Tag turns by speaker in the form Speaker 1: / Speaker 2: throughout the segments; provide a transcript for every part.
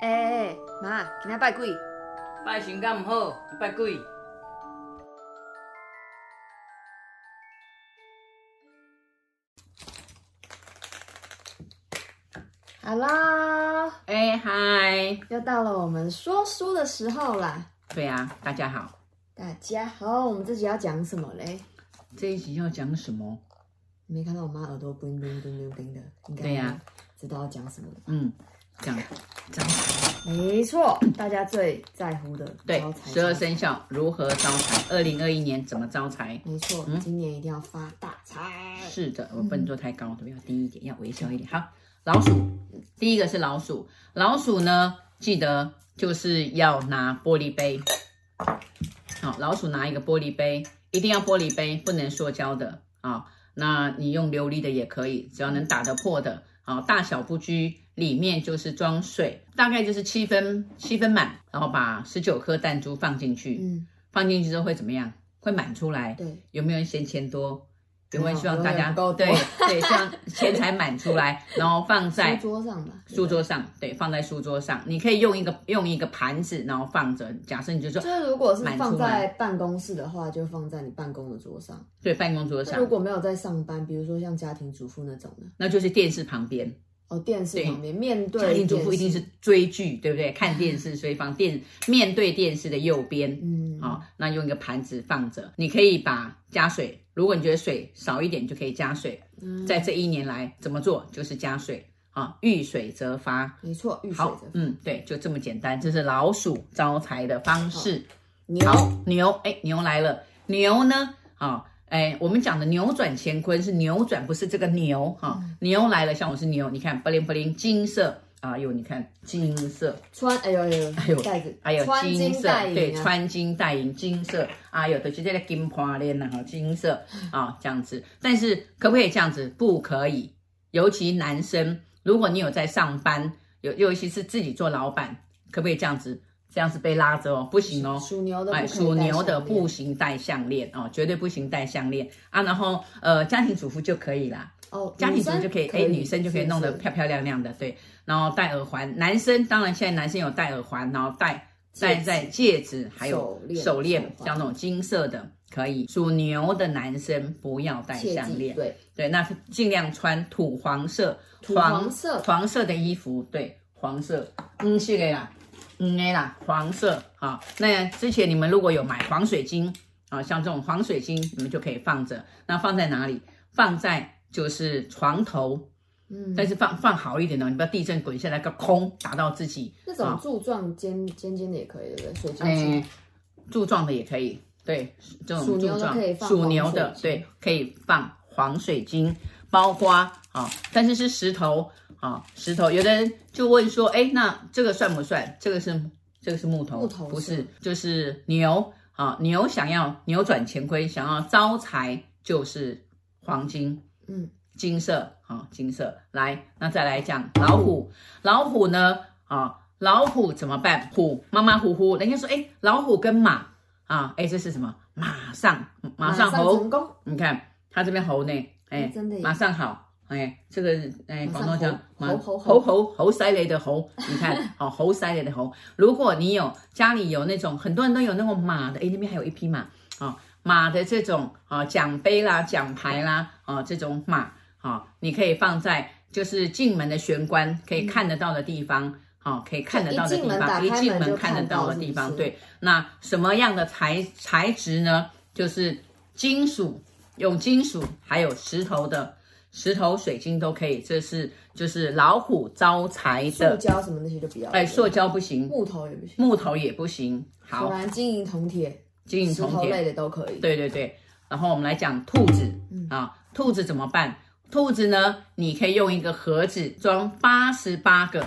Speaker 1: 哎、欸，妈，今仔拜鬼，
Speaker 2: 拜神敢毋好，拜鬼。
Speaker 1: 好啦，
Speaker 2: 哎嗨，
Speaker 1: 又到了我们说书的时候啦。
Speaker 2: 对啊，大家好。
Speaker 1: 大家好，我们这集要讲什么嘞？
Speaker 2: 这一集要讲什么？
Speaker 1: 你没看到我妈耳朵 bling bling bling bling bling 的，应该
Speaker 2: 对呀
Speaker 1: 知道要讲什么了吧。
Speaker 2: 嗯，讲讲
Speaker 1: 没错，大家最在乎的
Speaker 2: 对
Speaker 1: 招财，
Speaker 2: 十二
Speaker 1: 招财
Speaker 2: 生肖如何招财？二零二一年怎么招财？
Speaker 1: 没错，
Speaker 2: 嗯
Speaker 1: 今年一定要发大财。
Speaker 2: 是的，我不能做太高的，要低一点，要微笑一点。好，老鼠，第一个是老鼠，老鼠呢，记得就是要拿玻璃杯。好，老鼠拿一个玻璃杯，一定要玻璃杯，不能塑胶的啊、那你用琉璃的也可以，只要能打得破的。好，大小不拘，里面就是装水，大概就是七分七分满，然后把十九颗弹珠放进去，
Speaker 1: 嗯，
Speaker 2: 放进去之后会怎么样？会满出来。
Speaker 1: 对，
Speaker 2: 有没有人嫌钱多？有
Speaker 1: 啊没有
Speaker 2: 没有希望大家
Speaker 1: 永远不够多
Speaker 2: 对对，这样钱财满出 来，然后放在
Speaker 1: 书桌上吧，
Speaker 2: 书桌上，对，放在书桌上。你可以用一个用一个盘子，然后放着。假设你就说
Speaker 1: 就是如果是
Speaker 2: 满
Speaker 1: 放
Speaker 2: 出来
Speaker 1: 在办公室的话，就放在你办公的桌上。
Speaker 2: 对办公桌
Speaker 1: 那如
Speaker 2: 上，
Speaker 1: 果没有在上班，比如说像家庭主妇那种呢？
Speaker 2: 那就是电视旁边。
Speaker 1: 哦，电视
Speaker 2: 对
Speaker 1: 旁边面对
Speaker 2: 家庭主
Speaker 1: 电
Speaker 2: 妇一定
Speaker 1: 视
Speaker 2: 是追剧，对不对？看电视，所以放电面对电视的右边。
Speaker 1: 嗯，
Speaker 2: 好、那用一个盘子放着，你可以把加水，如果你觉得水少一点，你就可以加水。
Speaker 1: 嗯
Speaker 2: 在这一年来怎么做，就是加水啊，遇水则发。
Speaker 1: 没错，遇水
Speaker 2: 好
Speaker 1: 则，
Speaker 2: 嗯，对，就这么简单，这是老鼠招财的方式。
Speaker 1: 牛
Speaker 2: 好，牛，哎，牛来了，牛呢？啊，哎，我们讲的扭转乾坤是扭转，不是这个牛哈、牛来了，像我是牛，你看，不灵不灵，金色啊，哟，你看金色，
Speaker 1: 穿，哎呦哎呦
Speaker 2: 哎呦
Speaker 1: 袋子，
Speaker 2: 还有
Speaker 1: 穿
Speaker 2: 金
Speaker 1: 金
Speaker 2: 色，
Speaker 1: 戴银、啊，
Speaker 2: 对，穿金戴银，金色啊，有的就这个金花链呐，哈，金色
Speaker 1: 嗯
Speaker 2: 啊，这样子。但是可不可以这样子？不可以，尤其男生，如果你有在上班，有尤其是自己做老板，可不可以这样子？这样子被拉着哦，不行哦。
Speaker 1: 属牛的不可
Speaker 2: 哎，
Speaker 1: 以
Speaker 2: 属
Speaker 1: 戴
Speaker 2: 牛的
Speaker 1: 项链
Speaker 2: 不行戴项链哦，绝对不行戴项链啊。然后呃，家庭主妇就可以啦，
Speaker 1: 哦，
Speaker 2: 家庭主
Speaker 1: 女
Speaker 2: 妇
Speaker 1: 生
Speaker 2: 就可以，哎，
Speaker 1: 哎，
Speaker 2: 女生就可以弄得漂漂亮亮的，对。然后戴耳环，男生当然现在男生有戴耳环，然后戴戴在戒指，还有
Speaker 1: 手链
Speaker 2: 手链
Speaker 1: 手，环
Speaker 2: 像那种金色的可以。属牛的男生不要戴
Speaker 1: 切
Speaker 2: 项
Speaker 1: 记
Speaker 2: 链，
Speaker 1: 对，
Speaker 2: 对，那尽量穿土黄色、
Speaker 1: 土黄色
Speaker 2: 黄色的衣服，对，黄色，嗯，是的啦，嗯的啦，黄色啊。那之前你们如果有买黄水晶啊，像这种黄水晶，你们就可以放着。那放在哪里？放在就是床头，
Speaker 1: 嗯，
Speaker 2: 但是放放好一点哦，你不要地震滚下来个空打到自己。
Speaker 1: 那种
Speaker 2: 啊
Speaker 1: 柱状尖尖尖的也可以，对不对？水晶
Speaker 2: 哎、
Speaker 1: 柱，
Speaker 2: 柱状的也可以，对，这种
Speaker 1: 属
Speaker 2: 柱
Speaker 1: 牛的
Speaker 2: 状
Speaker 1: 可以放
Speaker 2: 属
Speaker 1: 黄
Speaker 2: 牛
Speaker 1: 水，
Speaker 2: 的
Speaker 1: 晶
Speaker 2: 对，可以放黄水晶、包花啊、但是是石头啊、石头。有的人就问说，哎，那这个算不算？这个是这个是木头，
Speaker 1: 木头
Speaker 2: 不
Speaker 1: 是
Speaker 2: 是
Speaker 1: 吗，
Speaker 2: 就是牛啊、牛想要扭转乾坤，想要招财，就是黄金。
Speaker 1: 嗯，
Speaker 2: 金色啊、金色。来，那再来讲老虎，老虎呢啊、老虎怎么办？虎马马虎虎，人家说哎，老虎跟马啊，哎，这是什么？马上马上猴，
Speaker 1: 成功，嗯
Speaker 2: 你看他这边猴呢，哎，
Speaker 1: 真的耶
Speaker 2: 马上好。哎，这个哎，
Speaker 1: 马
Speaker 2: 广
Speaker 1: 上
Speaker 2: 东讲
Speaker 1: 猴
Speaker 2: 马
Speaker 1: 猴猴
Speaker 2: 猴猴猴塞雷的猴，你看 哦，猴塞雷的猴。如果你有家里有那种，很多人都有那种马的，哎，那边还有一匹马哦，马的这种啊奖杯啦、奖牌啦啊这种马啊，你可以放在就是进门的玄
Speaker 1: 嗯
Speaker 2: 关可以看得到的地方。好、可以看得到的地方，
Speaker 1: 一
Speaker 2: 一
Speaker 1: 进门打开门
Speaker 2: 进门
Speaker 1: 就
Speaker 2: 看得
Speaker 1: 看到
Speaker 2: 到的
Speaker 1: 是不
Speaker 2: 地方，
Speaker 1: 是
Speaker 2: 对。那什么样的材材质呢？就是金属，有金属，还有石头的，石头、水晶都可以。这是就是老虎招财
Speaker 1: 塑
Speaker 2: 的，
Speaker 1: 胶什么那些就不要了，
Speaker 2: 哎，塑胶不行，
Speaker 1: 木头也不行，
Speaker 2: 木头也不行。
Speaker 1: 果
Speaker 2: 好，
Speaker 1: 然金银铜铁、
Speaker 2: 金银
Speaker 1: 石
Speaker 2: 铜
Speaker 1: 头
Speaker 2: 铁，
Speaker 1: 类的都可以。
Speaker 2: 对对对。然后我们来讲兔子，
Speaker 1: 嗯
Speaker 2: 啊，兔子怎么办？兔子呢，你可以用一个盒子装八十八个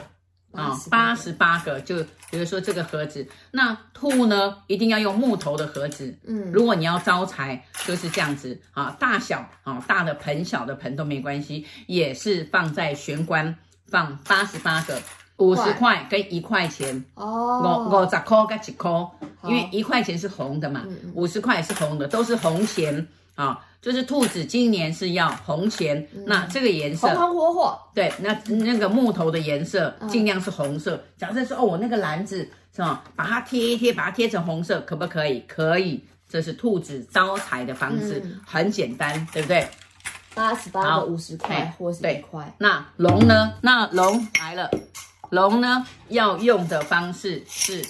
Speaker 2: 啊，八
Speaker 1: 88
Speaker 2: 十八个，就比如说这个盒子。那兔呢，一定要用木头的盒子。
Speaker 1: 嗯，
Speaker 2: 如果你要招财，就是这样子啊，大小啊，大的盆、小的盆都没关系，也是放在玄关放八十八个，五十块跟一块钱，
Speaker 1: 哦，
Speaker 2: 五五十块跟一块，
Speaker 1: 好
Speaker 2: 因为一块钱是红的嘛
Speaker 1: 嗯嗯，
Speaker 2: 五十块也是红的，都是红钱啊，就是兔子今年是要红钱，那这个颜色
Speaker 1: 嗯红红火火，
Speaker 2: 对，那那个木头的颜色
Speaker 1: 嗯
Speaker 2: 尽量是红色。假设说哦，我那个篮子是吧，把它贴一贴，把它贴成红色，可不可以？可以，这是兔子招财的方式，
Speaker 1: 嗯
Speaker 2: 很简单，对不对？
Speaker 1: 八十八
Speaker 2: 好
Speaker 1: 个五十块
Speaker 2: 哎
Speaker 1: 或是
Speaker 2: 对
Speaker 1: 一块，
Speaker 2: 那龙呢？那龙来了，龙呢要用的方式是，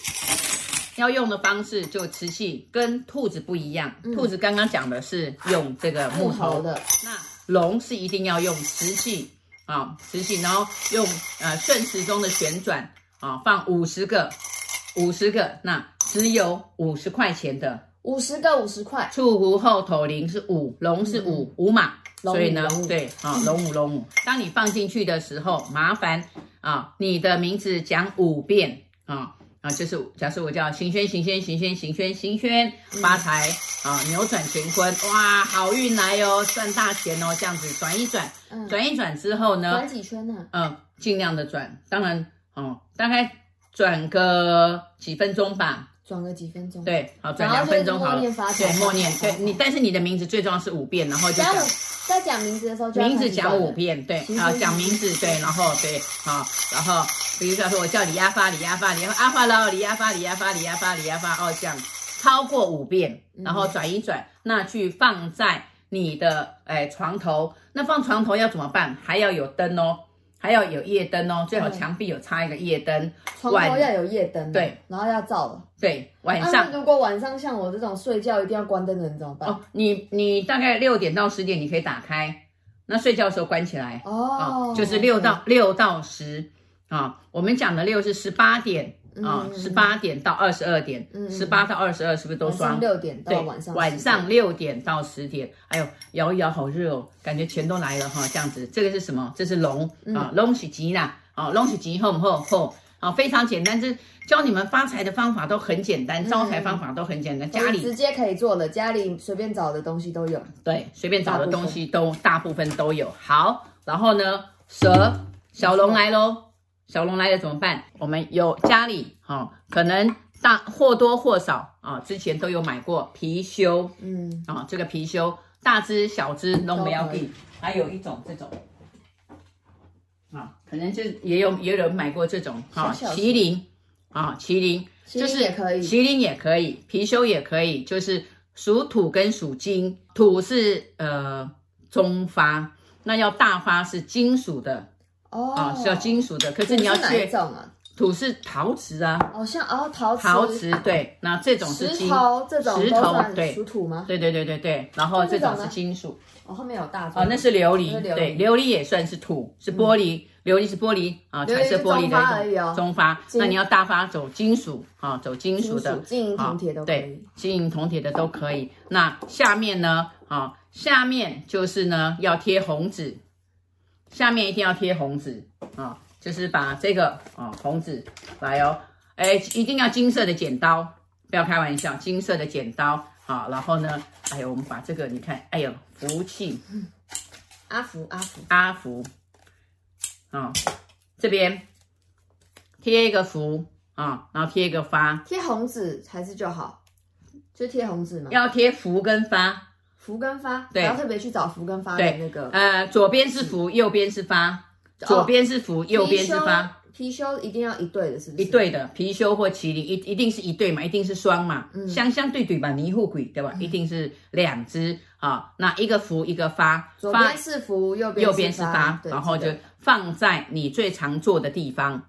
Speaker 2: 要用的方式就持续跟兔子不一样。
Speaker 1: 嗯
Speaker 2: 兔子刚刚讲的是用这个木
Speaker 1: 木
Speaker 2: 头
Speaker 1: 头的，
Speaker 2: 那龙是一定要用瓷器啊，瓷器，然后用呃顺时钟的旋转啊，放五十个，五十个，那只有五十块钱的。
Speaker 1: 五十个五十块，
Speaker 2: 触湖后头铃是五，龙是五五马，
Speaker 1: 嗯龙
Speaker 2: 所以
Speaker 1: 五
Speaker 2: 呢
Speaker 1: 龙，五
Speaker 2: 对啊，龙五龙五。当你放进去的时候，麻烦啊，你的名字讲五遍啊。啊，就是假设我叫行轩，行轩，行轩，行轩，行轩，
Speaker 1: 嗯
Speaker 2: 发财啊，扭转乾坤，哇，好运来哦，赚大钱哦，这样子转一转，
Speaker 1: 嗯，
Speaker 2: 转一转之后呢
Speaker 1: 转，几圈啊呢？
Speaker 2: 嗯，尽量的转，当然哦，大概转个几分钟吧，
Speaker 1: 转个几分钟，，
Speaker 2: 对，好，转
Speaker 1: 然后
Speaker 2: 两分钟
Speaker 1: 就是
Speaker 2: 好
Speaker 1: 默
Speaker 2: 了
Speaker 1: 念发，财
Speaker 2: 对，默念，
Speaker 1: 发财
Speaker 2: 对你，但是你的名字最重要是五遍，然后就
Speaker 1: 然
Speaker 2: 讲
Speaker 1: 后在讲名字的时候就要
Speaker 2: 名字
Speaker 1: 开始
Speaker 2: 讲
Speaker 1: 转
Speaker 2: 五
Speaker 1: 了，
Speaker 2: 遍，对
Speaker 1: 行，
Speaker 2: 啊，
Speaker 1: 行
Speaker 2: 讲名字，对，然后对，好，然后比如说我叫李亚发，李亚发，李亚发，阿发喽，李亚发，李亚发，李亚发，李亚发，哦，这样超过五遍，
Speaker 1: 嗯
Speaker 2: 然后转一转，那去放在你的哎床头，那放床头要怎么办？还要有灯哦，还要有夜灯哦，最好
Speaker 1: 嗯
Speaker 2: 墙壁有插一个夜灯，
Speaker 1: 床头
Speaker 2: 晚
Speaker 1: 要有夜灯，啊
Speaker 2: 对，
Speaker 1: 然后要照了。
Speaker 2: 对，晚
Speaker 1: 那
Speaker 2: 上
Speaker 1: 如果晚上像我这种睡觉一定要关灯的人怎么办？
Speaker 2: 哦，你你大概六点到十点你可以打开，那睡觉的时候关起来。
Speaker 1: 哦
Speaker 2: 啊，，就是六到六到十啊，我们讲的六是十八点啊，
Speaker 1: 嗯
Speaker 2: 十八点到二十二点
Speaker 1: 嗯，嗯
Speaker 2: 十八到二十二是不是都
Speaker 1: 晚上
Speaker 2: 双？
Speaker 1: 六点
Speaker 2: 对
Speaker 1: 到，晚上
Speaker 2: 晚
Speaker 1: 10
Speaker 2: 上
Speaker 1: 点
Speaker 2: 六点到十点，哎呦，摇一摇，好热哦，感觉钱都来了哈，这样子，这个是什么？这是龙
Speaker 1: 嗯
Speaker 2: 啊，龙喜吉啦，啊，龙喜吉后后后啊，非常简单，这教你们发财的方法都很简单，招财方法都很简单，家里
Speaker 1: 直接可以做了，家里随便找的东西都有。
Speaker 2: 对，随便找的东西都大部分都有。好，然后呢，蛇小龙来喽，小龙来了怎么办？我们有家里哦，可能大或多或少啊、之前都有买过貔貅
Speaker 1: 嗯，
Speaker 2: 啊、这个貔貅大只小只都没要
Speaker 1: 都可
Speaker 2: 地，还有一种这种。啊，可能就也有也有人买过这种啊，
Speaker 1: 小小
Speaker 2: 麒麟啊，麒麟
Speaker 1: 就
Speaker 2: 就是
Speaker 1: 是也可以。
Speaker 2: 麒麟也可以，貔貅也可以，就是属土跟属金，土是呃中发，那要大发是金属的
Speaker 1: 哦，
Speaker 2: 啊、是要金属的。可是
Speaker 1: 土
Speaker 2: 你要
Speaker 1: 是哪一
Speaker 2: 确
Speaker 1: 种啊？
Speaker 2: 土是陶瓷啊，
Speaker 1: 哦，像哦陶瓷、
Speaker 2: 陶瓷对，那这种是
Speaker 1: 石
Speaker 2: 金，
Speaker 1: 头这种
Speaker 2: 石
Speaker 1: 都
Speaker 2: 头
Speaker 1: 算
Speaker 2: 对
Speaker 1: 属土吗？
Speaker 2: 对对对对对，然后
Speaker 1: 那
Speaker 2: 这
Speaker 1: 这
Speaker 2: 种
Speaker 1: 种
Speaker 2: 是
Speaker 1: 呢
Speaker 2: 金属
Speaker 1: 哦，后面有大
Speaker 2: 啊、
Speaker 1: 哦
Speaker 2: 那是琉璃
Speaker 1: 那是琉璃嗯
Speaker 2: 对，琉璃也算是土，是玻璃，琉璃是玻璃啊，彩色玻璃
Speaker 1: 中发
Speaker 2: 的
Speaker 1: 而
Speaker 2: 一
Speaker 1: 已
Speaker 2: 种
Speaker 1: 哦
Speaker 2: 中发，
Speaker 1: 金
Speaker 2: 那你要大发走金属啊，走金属的。
Speaker 1: 金银铜铁都可
Speaker 2: 对
Speaker 1: 以。，
Speaker 2: 金银铜铁的都可以。那下面呢？啊、下面就是呢要贴红纸，下面一定要贴红纸啊、就是把这个啊、红纸来哦，哎，一定要金色的剪刀，不要开玩笑，金色的剪刀啊。然后呢，哎呦，我们把这个你看，哎呦，福气
Speaker 1: 阿福阿福，
Speaker 2: 阿福啊、这边贴一个福啊、然后贴一个发，
Speaker 1: 贴红纸还是就好，就贴红纸嘛。
Speaker 2: 要贴福跟发。
Speaker 1: 福跟发，不
Speaker 2: 对
Speaker 1: 要特别去找福跟发的
Speaker 2: 对
Speaker 1: 那个。
Speaker 2: 呃，左边是福，右边是发，
Speaker 1: 哦
Speaker 2: 左边是福，右边是发，
Speaker 1: 貔貅，貔貅一定要一对的，是不是？
Speaker 2: 一对的貔貅或麒麟，一一定是一对嘛，一定是双嘛，
Speaker 1: 嗯
Speaker 2: 相相对对嘛，泥护鬼对吧？一定是两只啊，那一个福一个发，
Speaker 1: 左
Speaker 2: 发
Speaker 1: 边是福，右边
Speaker 2: 右边是
Speaker 1: 发
Speaker 2: 发，，
Speaker 1: 对
Speaker 2: 然后
Speaker 1: 记
Speaker 2: 就
Speaker 1: 得
Speaker 2: 放在你最常坐的地方。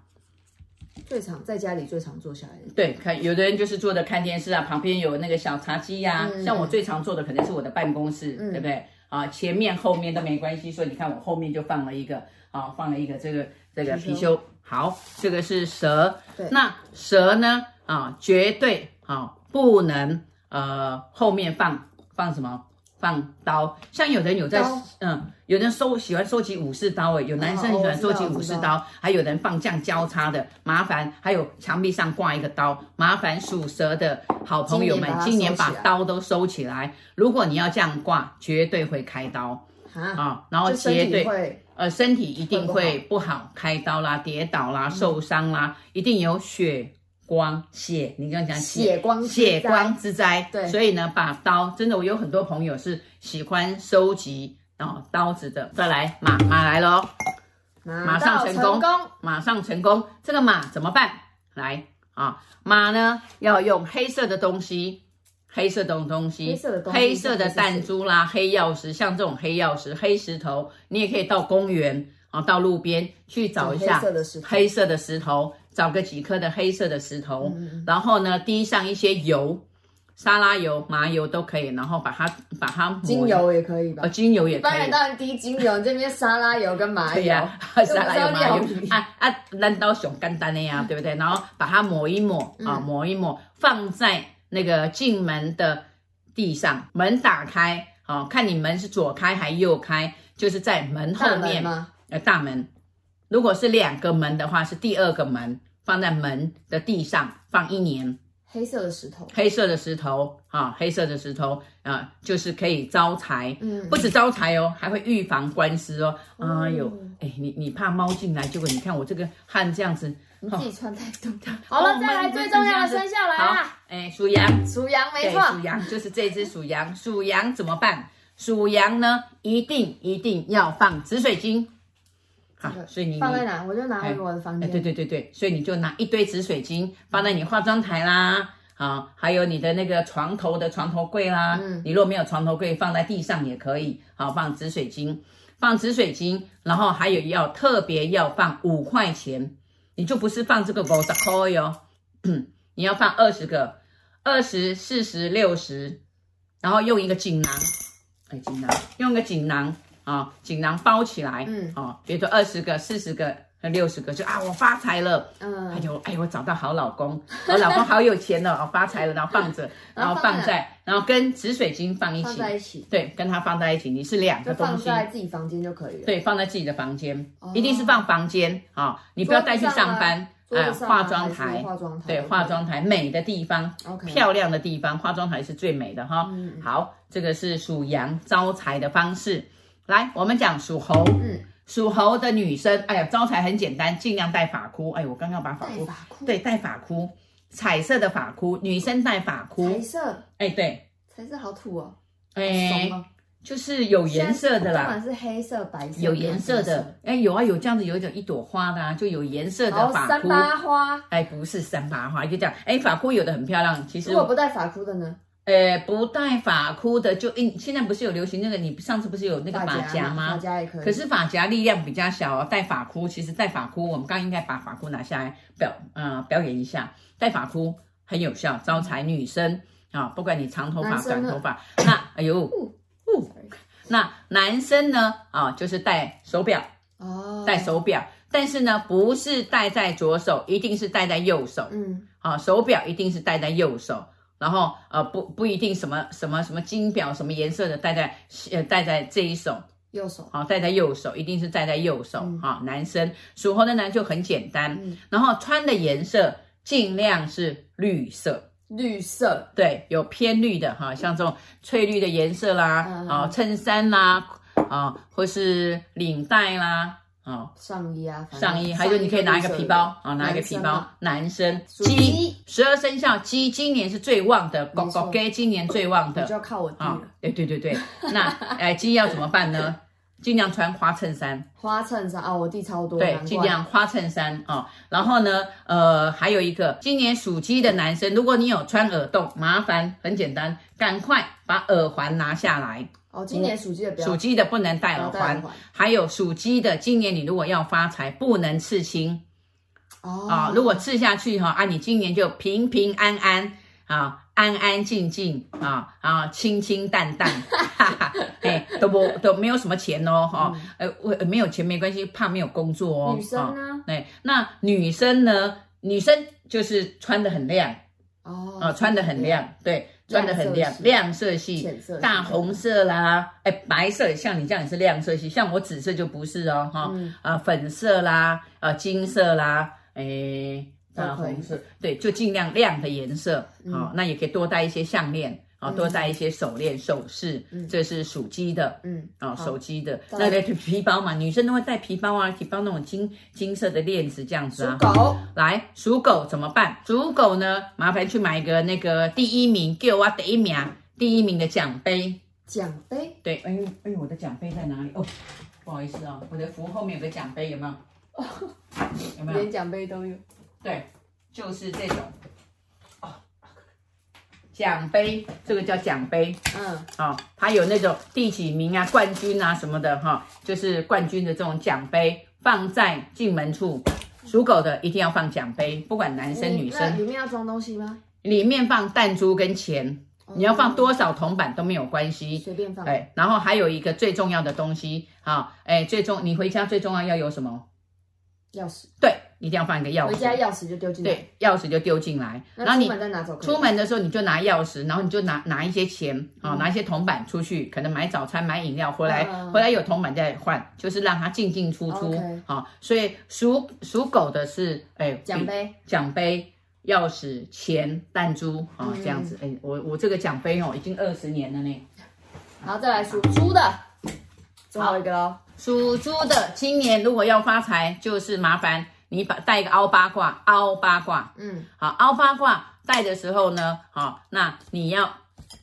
Speaker 1: 最常在家里最常坐下来的。
Speaker 2: 对，看有的人就是坐着看电视啊，旁边有那个小茶几呀、
Speaker 1: 嗯
Speaker 2: 像我最常坐的可能是我的办公室，对不对？啊，前面后面都没关系，所以你看我后面就放了一个啊，放了一个这个这个貔
Speaker 1: 貔貅
Speaker 2: 貅。好，这个是蛇
Speaker 1: 对。
Speaker 2: 那蛇呢？啊，绝对啊不能呃后面放放什么？放刀，像有的人有在
Speaker 1: 刀
Speaker 2: 嗯，有人收喜欢收集武士刀诶，哎有男生
Speaker 1: 哦
Speaker 2: 喜
Speaker 1: 我
Speaker 2: 欢
Speaker 1: 知
Speaker 2: 收
Speaker 1: 道
Speaker 2: 集
Speaker 1: 我
Speaker 2: 武
Speaker 1: 知
Speaker 2: 士
Speaker 1: 道
Speaker 2: 刀，还有人放这样交叉的，麻烦。还有墙壁上挂一个刀，麻烦属蛇的好朋友们，今
Speaker 1: 今
Speaker 2: 年
Speaker 1: 年把它
Speaker 2: 把
Speaker 1: 收起来
Speaker 2: 刀都收起来。如果你要这样挂，绝对会开刀
Speaker 1: 哈，
Speaker 2: 啊，然后
Speaker 1: 就身
Speaker 2: 绝
Speaker 1: 体
Speaker 2: 对
Speaker 1: 会
Speaker 2: 呃，身体一定
Speaker 1: 会嗯
Speaker 2: 会不好，开刀啦、跌倒啦、受伤啦，一定有血光血，你刚刚讲
Speaker 1: 血光之灾
Speaker 2: 血光之灾。
Speaker 1: 对
Speaker 2: 所以呢，把刀真的，我有很多朋友是喜欢收集哦刀子的。再来马马来喽，马
Speaker 1: 马
Speaker 2: 上
Speaker 1: 到
Speaker 2: 成
Speaker 1: 成
Speaker 2: 功马上成功，这个马怎么办？来啊，马呢要用黑色的东西。黑色的东西，
Speaker 1: 黑色的东西
Speaker 2: 黑色的弹珠啦，黑曜石，像这种黑曜石、黑石头，你也可以到公园啊，到路边去找一下
Speaker 1: 黑色的石头嗯
Speaker 2: 黑色的石头，找个几颗的黑色的石头，然后呢滴上一些油，沙拉油、麻油都可以，然后把它把它抹
Speaker 1: 精，油也可以吧
Speaker 2: 呃，？精油也可
Speaker 1: 当然，
Speaker 2: 以。
Speaker 1: 当然滴精油，这边沙拉油跟麻
Speaker 2: 对
Speaker 1: 油
Speaker 2: 呀，
Speaker 1: 这不 是
Speaker 2: 沙拉油、麻
Speaker 1: 要
Speaker 2: 油
Speaker 1: 哦料嗯理
Speaker 2: 啊啊，难道熊干单的呀，对不对？然后把它抹一抹啊，抹一
Speaker 1: 嗯
Speaker 2: 抹，放在那个进门的地上，门打开，好、看你门是左开还右开，就是在门后
Speaker 1: 大门
Speaker 2: 面
Speaker 1: 吗？
Speaker 2: 呃大门。如果是两个门的话，是第二个门放在门的地上放一年，
Speaker 1: 黑色的石头，
Speaker 2: 黑色的石头啊，黑色的石头啊、就是可以招财，
Speaker 1: 嗯，
Speaker 2: 不止招财哦，还会预防官司哦。
Speaker 1: 哦
Speaker 2: 哎呦，哎，你你怕猫进来，结果你看我这个汗这样子。
Speaker 1: 你自己穿太多。好了，
Speaker 2: 哦
Speaker 1: 再来
Speaker 2: 你们
Speaker 1: 最重要的
Speaker 2: 你们
Speaker 1: 生下来
Speaker 2: 好
Speaker 1: 啦，，
Speaker 2: 哎，属羊，
Speaker 1: 属羊没
Speaker 2: 对，
Speaker 1: 错，
Speaker 2: 属羊就是这只属羊，属羊怎么办？属羊呢，一定一定要放紫水晶。好
Speaker 1: 这，个
Speaker 2: 所以你
Speaker 1: 放在
Speaker 2: 你
Speaker 1: 哪？我就拿回我的房
Speaker 2: 哎，
Speaker 1: 间。
Speaker 2: 对对对对，所以你就拿一堆紫水晶放在你化妆台啦，啊，还有你的那个床头的床头柜啦。
Speaker 1: 嗯
Speaker 2: 你若没有床头柜，放在地上也可以，好、放紫水晶，放紫水晶，然后还有要特别要放五块钱，你就不是放这个五十块哟、哦，你要放二十个，二十、四十、六十，然后用一个锦囊，哎，锦囊，用个锦囊啊、锦囊包起来，
Speaker 1: 嗯
Speaker 2: 哦，比如说二十个、四十个、六十个，就啊，我发财了，哎
Speaker 1: 嗯，
Speaker 2: 呦，哎呦，我找到好老公，我老公好有钱哦，哦，发财了，然后放着，然
Speaker 1: 然后
Speaker 2: 后
Speaker 1: 放
Speaker 2: 放
Speaker 1: 在
Speaker 2: 在，然后跟紫水晶放一
Speaker 1: 放
Speaker 2: 起，
Speaker 1: 在一起，
Speaker 2: 对，跟它放在一起，你是两
Speaker 1: 就
Speaker 2: 个东
Speaker 1: 放
Speaker 2: 西，
Speaker 1: 在自己房间就可以了。，
Speaker 2: 对，放在自己的房间，
Speaker 1: 哦
Speaker 2: 一定是放房间啊、你不要带去上班，
Speaker 1: 桌
Speaker 2: 哎
Speaker 1: 子上啊
Speaker 2: 化妆
Speaker 1: 还
Speaker 2: 台
Speaker 1: 是。化妆台，
Speaker 2: 对，化。妆台美的地方
Speaker 1: OK，
Speaker 2: 漂亮的地方，化妆台是最美的哈。
Speaker 1: 嗯
Speaker 2: 好，这个是属羊招财的方式。来，我们讲属猴，
Speaker 1: 嗯，
Speaker 2: 属猴的女生，哎呀，招财很简单，尽量戴发箍。哎，我刚刚把发
Speaker 1: 戴
Speaker 2: 箍，
Speaker 1: 发箍，
Speaker 2: 对，戴发箍，彩色的发箍，女生戴发
Speaker 1: 彩
Speaker 2: 箍。
Speaker 1: 色，
Speaker 2: 哎，对，
Speaker 1: 彩色好土哦，
Speaker 2: 哎
Speaker 1: 好怂，哦
Speaker 2: 就是有颜色的
Speaker 1: 不
Speaker 2: 啦，
Speaker 1: 管是黑色、白色，
Speaker 2: 有颜色的。哎，有啊，有这样子，有一种一朵花的啊，就有颜色
Speaker 1: 白色，然
Speaker 2: 的
Speaker 1: 后
Speaker 2: 发
Speaker 1: 哦三
Speaker 2: 箍。
Speaker 1: 八花。
Speaker 2: 哎，不是三八花，就这样。哎，发箍有的很漂亮，其实
Speaker 1: 如果不戴发箍的呢？
Speaker 2: 呃，不戴发箍的就，诶，现在不是有流行那个？你上次不是有那个发夹
Speaker 1: 夹发
Speaker 2: 吗？
Speaker 1: 夹也可以。
Speaker 2: 可是发夹力量比较小哦，戴发箍其实戴发箍，我们刚刚应该把发箍拿下来表呃表演一下，戴发箍很有效，招财女生啊，不管你长头发
Speaker 1: 男
Speaker 2: 短
Speaker 1: 生呢
Speaker 2: 头发，那哎呦，哦，
Speaker 1: Sorry
Speaker 2: 那男生呢啊就是戴手表，
Speaker 1: 哦，
Speaker 2: 戴手表，但是呢不是戴在左手，一定是戴在右手。
Speaker 1: 嗯，
Speaker 2: 啊，手表一定是戴在右手，然后呃不不一定什么什么什么金表什么颜色的戴在呃戴在这一手，
Speaker 1: 右手，
Speaker 2: 啊戴在右手，一定是戴在右手
Speaker 1: 嗯
Speaker 2: 啊。男生属猴的男就很简单，
Speaker 1: 嗯，
Speaker 2: 然后穿的颜色尽量是绿色。
Speaker 1: 绿色，
Speaker 2: 对，有偏绿的哈，像这种翠绿的颜色啦，
Speaker 1: 嗯
Speaker 2: 啊，衬衫啦，啊，或是领带啦，啊，
Speaker 1: 上衣啊，反正
Speaker 2: 上衣，还有你可以拿一个皮包啊，拿一个皮
Speaker 1: 男生
Speaker 2: 包
Speaker 1: 嘛。
Speaker 2: 男生
Speaker 1: 属
Speaker 2: 鸡
Speaker 1: 鸡，
Speaker 2: 十二生肖鸡今年是最旺的，狗
Speaker 1: 没错
Speaker 2: 狗给今年最旺
Speaker 1: 你就
Speaker 2: 的
Speaker 1: 要靠我弟
Speaker 2: 啊
Speaker 1: 了。！
Speaker 2: 对对对 对，那哎鸡要怎么办呢？尽量穿花衬衫，
Speaker 1: 花衬衫啊，我弟超多，
Speaker 2: 对
Speaker 1: 难，怪
Speaker 2: 尽量花衬衫啊、然后呢，呃，还有一个，今年属鸡的男生，如果你有穿耳洞，麻烦很简单，赶快把耳环拿下来。
Speaker 1: 哦，今年属鸡的不要
Speaker 2: 属鸡的不能戴
Speaker 1: 不
Speaker 2: 耳
Speaker 1: 要戴
Speaker 2: 环
Speaker 1: 耳，环
Speaker 2: 还有属鸡的，今年你如果要发财，不能刺青。
Speaker 1: 哦
Speaker 2: 啊、如果吃下去哈，啊，你今年就平平安安啊，安安静静啊啊，清清淡淡，哈 哈，哎，都不都没有什么钱哦，哈、呃，我呃没有钱没关系，怕没有工作哦，
Speaker 1: 女生呢
Speaker 2: 啊？哎，那女生呢？女生就是穿的很亮
Speaker 1: 哦
Speaker 2: 啊，穿的很，亮，对，穿的很亮
Speaker 1: 亮色，系
Speaker 2: 亮色系。
Speaker 1: 浅色
Speaker 2: 大红色啦，哎，白色，像你这样也是亮色系，像我紫色就不是哦，哈、
Speaker 1: 嗯
Speaker 2: 啊，粉色啦，啊，金色啦，诶，呃
Speaker 1: 都
Speaker 2: 大
Speaker 1: 可以
Speaker 2: 红色，对，就尽量亮的颜色。好、
Speaker 1: 嗯
Speaker 2: 那也可以多戴一些项链啊，多带一些手链、首饰，这是属鸡的。
Speaker 1: 嗯，
Speaker 2: 啊、
Speaker 1: 好
Speaker 2: 手机的
Speaker 1: 再
Speaker 2: 那
Speaker 1: 来
Speaker 2: 个皮包嘛，女生都会带皮包啊，皮包那种金金色的链子这样子
Speaker 1: 属
Speaker 2: 啊。
Speaker 1: 狗，
Speaker 2: 来，属狗怎么办？属狗呢，麻烦去买一个那个第一名，给我第一名，啊第一名的奖杯。
Speaker 1: 奖杯，
Speaker 2: 对，哎呦哎呦，我的奖杯在哪里？哦，不好意思啊、我的服后面有个奖杯，有没有？有没有
Speaker 1: 连？奖杯都有。
Speaker 2: 对，就是这种。哦，奖杯，这个叫奖杯
Speaker 1: 嗯，
Speaker 2: 啊、哦，它有那种第几名啊、冠军啊什么的哈、就是冠军的这种奖杯放在进门处。属狗的一定要放奖杯，不管男生
Speaker 1: 你
Speaker 2: 女
Speaker 1: 那
Speaker 2: 生。
Speaker 1: 里面要装东西吗？
Speaker 2: 里面放弹珠跟钱，你要放多少铜板都没有关
Speaker 1: 嗯，
Speaker 2: 系。
Speaker 1: 随便放。
Speaker 2: 哎，然后还有一个最重要的东西啊，哎，最重你回家最重要要有什么？
Speaker 1: 钥匙，
Speaker 2: 对，一定要放一个钥
Speaker 1: 回家
Speaker 2: 匙。
Speaker 1: 钥匙就丢进来。
Speaker 2: 对，钥匙就丢进来，然
Speaker 1: 那
Speaker 2: 后
Speaker 1: 出
Speaker 2: 你
Speaker 1: 门再拿走。
Speaker 2: 出，门的时候你就拿钥匙，然后你就拿拿一些钱啊，拿一些铜板出去，可能买早餐、买饮料回来，
Speaker 1: 嗯哦
Speaker 2: 回来有铜板再换，就是让它进进出出
Speaker 1: OK
Speaker 2: 啊。所以属属狗的是哎
Speaker 1: 奖杯，
Speaker 2: 奖杯、钥匙、钱、弹珠啊、
Speaker 1: 嗯
Speaker 2: 这样子。哎、我我这个奖杯哦，已经二十年了呢。嗯
Speaker 1: 然后再来属猪的，最后一个喽。
Speaker 2: 属猪的，今年如果要发财，就是麻烦你把带一个凹八卦，凹八卦。
Speaker 1: 嗯，
Speaker 2: 好，凹八卦戴的时候呢，好，那你要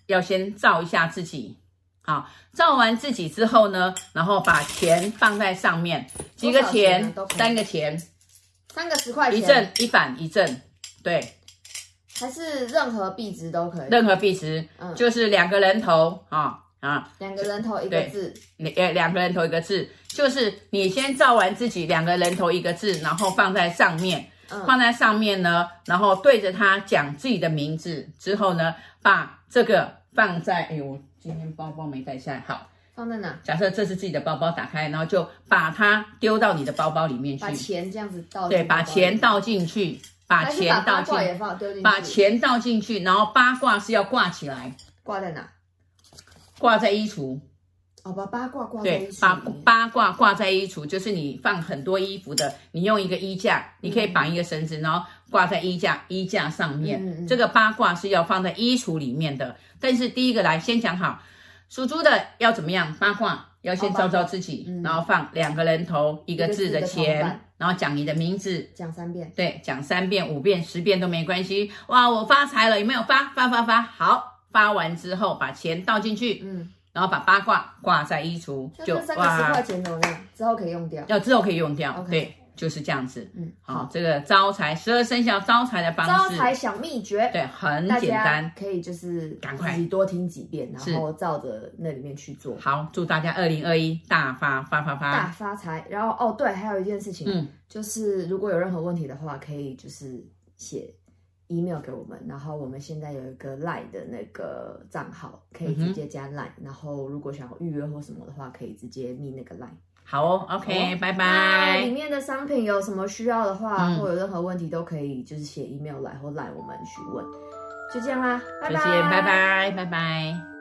Speaker 2: 要先照一下自己。好，照完自己之后呢，然后把钱放在上面，几个
Speaker 1: 多少钱啊
Speaker 2: 钱
Speaker 1: 都可，以
Speaker 2: 三个钱，
Speaker 1: 三个十块钱，
Speaker 2: 一正一反一正，对，
Speaker 1: 还是任何币值都可以。
Speaker 2: 任何币值，
Speaker 1: 嗯
Speaker 2: 就是两个人头啊啊，
Speaker 1: 两个人头一个
Speaker 2: 对
Speaker 1: 字，
Speaker 2: 两呃两个人头一个字，就是你先照完自己两个人头一个字，然后放在上面，
Speaker 1: 嗯，
Speaker 2: 放在上面呢，然后对着它讲自己的名字之后呢，把这个放在，哎呦，我今天包包没带下来，好，
Speaker 1: 放在哪？
Speaker 2: 假设这是自己的包包，打开，然后就把它丢到你的包包里面
Speaker 1: 把
Speaker 2: 去，
Speaker 1: 钱这样子倒进
Speaker 2: 对，
Speaker 1: 去包
Speaker 2: 把
Speaker 1: 包里。
Speaker 2: 钱倒进去，把
Speaker 1: 还是
Speaker 2: 钱倒
Speaker 1: 八
Speaker 2: 进
Speaker 1: 卦，也放丢进去，
Speaker 2: 把钱倒进去，然后八卦是要挂起来，
Speaker 1: 挂在哪？
Speaker 2: 挂在衣橱。
Speaker 1: 哦，把八卦挂在
Speaker 2: 对
Speaker 1: 一，起。
Speaker 2: 八八卦挂在衣橱，就是你放很多衣服的，你用一个衣架，你可以绑一个绳子，然后挂在衣架衣架上面。
Speaker 1: 嗯嗯嗯
Speaker 2: 这个八卦是要放在衣橱里面的。但是第一个来先讲好，属猪的要怎么样？八卦要先照照自己，
Speaker 1: 嗯
Speaker 2: 然后放两个人头一个字的
Speaker 1: 一个字的铜
Speaker 2: 钱
Speaker 1: 板，
Speaker 2: 然后讲你的名字。
Speaker 1: 讲三遍。
Speaker 2: 对，讲三遍、五遍、十遍都没关系。哇，我发财了，有没有发？发发发，好，发完之后把钱倒进去，
Speaker 1: 嗯，
Speaker 2: 然后把八卦挂在衣橱，
Speaker 1: 那
Speaker 2: 就
Speaker 1: 这三个十块
Speaker 2: 哇，
Speaker 1: 钱怎么样？之后可以用掉。
Speaker 2: 要之后可以用掉
Speaker 1: OK
Speaker 2: 对，就是这样子。
Speaker 1: 嗯，
Speaker 2: 好，，这个招财十二生肖招财的方
Speaker 1: 招
Speaker 2: 式，
Speaker 1: 财小秘诀，
Speaker 2: 对，很
Speaker 1: 大
Speaker 2: 简
Speaker 1: 家
Speaker 2: 单。
Speaker 1: 可以就是
Speaker 2: 赶快
Speaker 1: 自己多听几遍，
Speaker 2: 是
Speaker 1: 然后照着那里面去做，
Speaker 2: 好，祝大家二零二一大发发发
Speaker 1: 大
Speaker 2: 发！
Speaker 1: 发财。然后哦，对，还有一件事情，
Speaker 2: 啊嗯，
Speaker 1: 就是如果有任何问题的话，可以就是写 email 给我们，然后我们现在有一个 line 的那个账号，可
Speaker 2: 嗯
Speaker 1: 以直接加 line，、然后如果想要预约或什么的话，可以直接密那个 line。
Speaker 2: 好哦，OK，
Speaker 1: 好
Speaker 2: 拜
Speaker 1: 那里
Speaker 2: 拜。
Speaker 1: 面的商品有什么需要的话，
Speaker 2: 嗯
Speaker 1: 或有任何问题都可以就是写 email 来或 line 我们询问。就这样啦，拜
Speaker 2: 再
Speaker 1: 拜，
Speaker 2: 见，拜。拜，拜拜。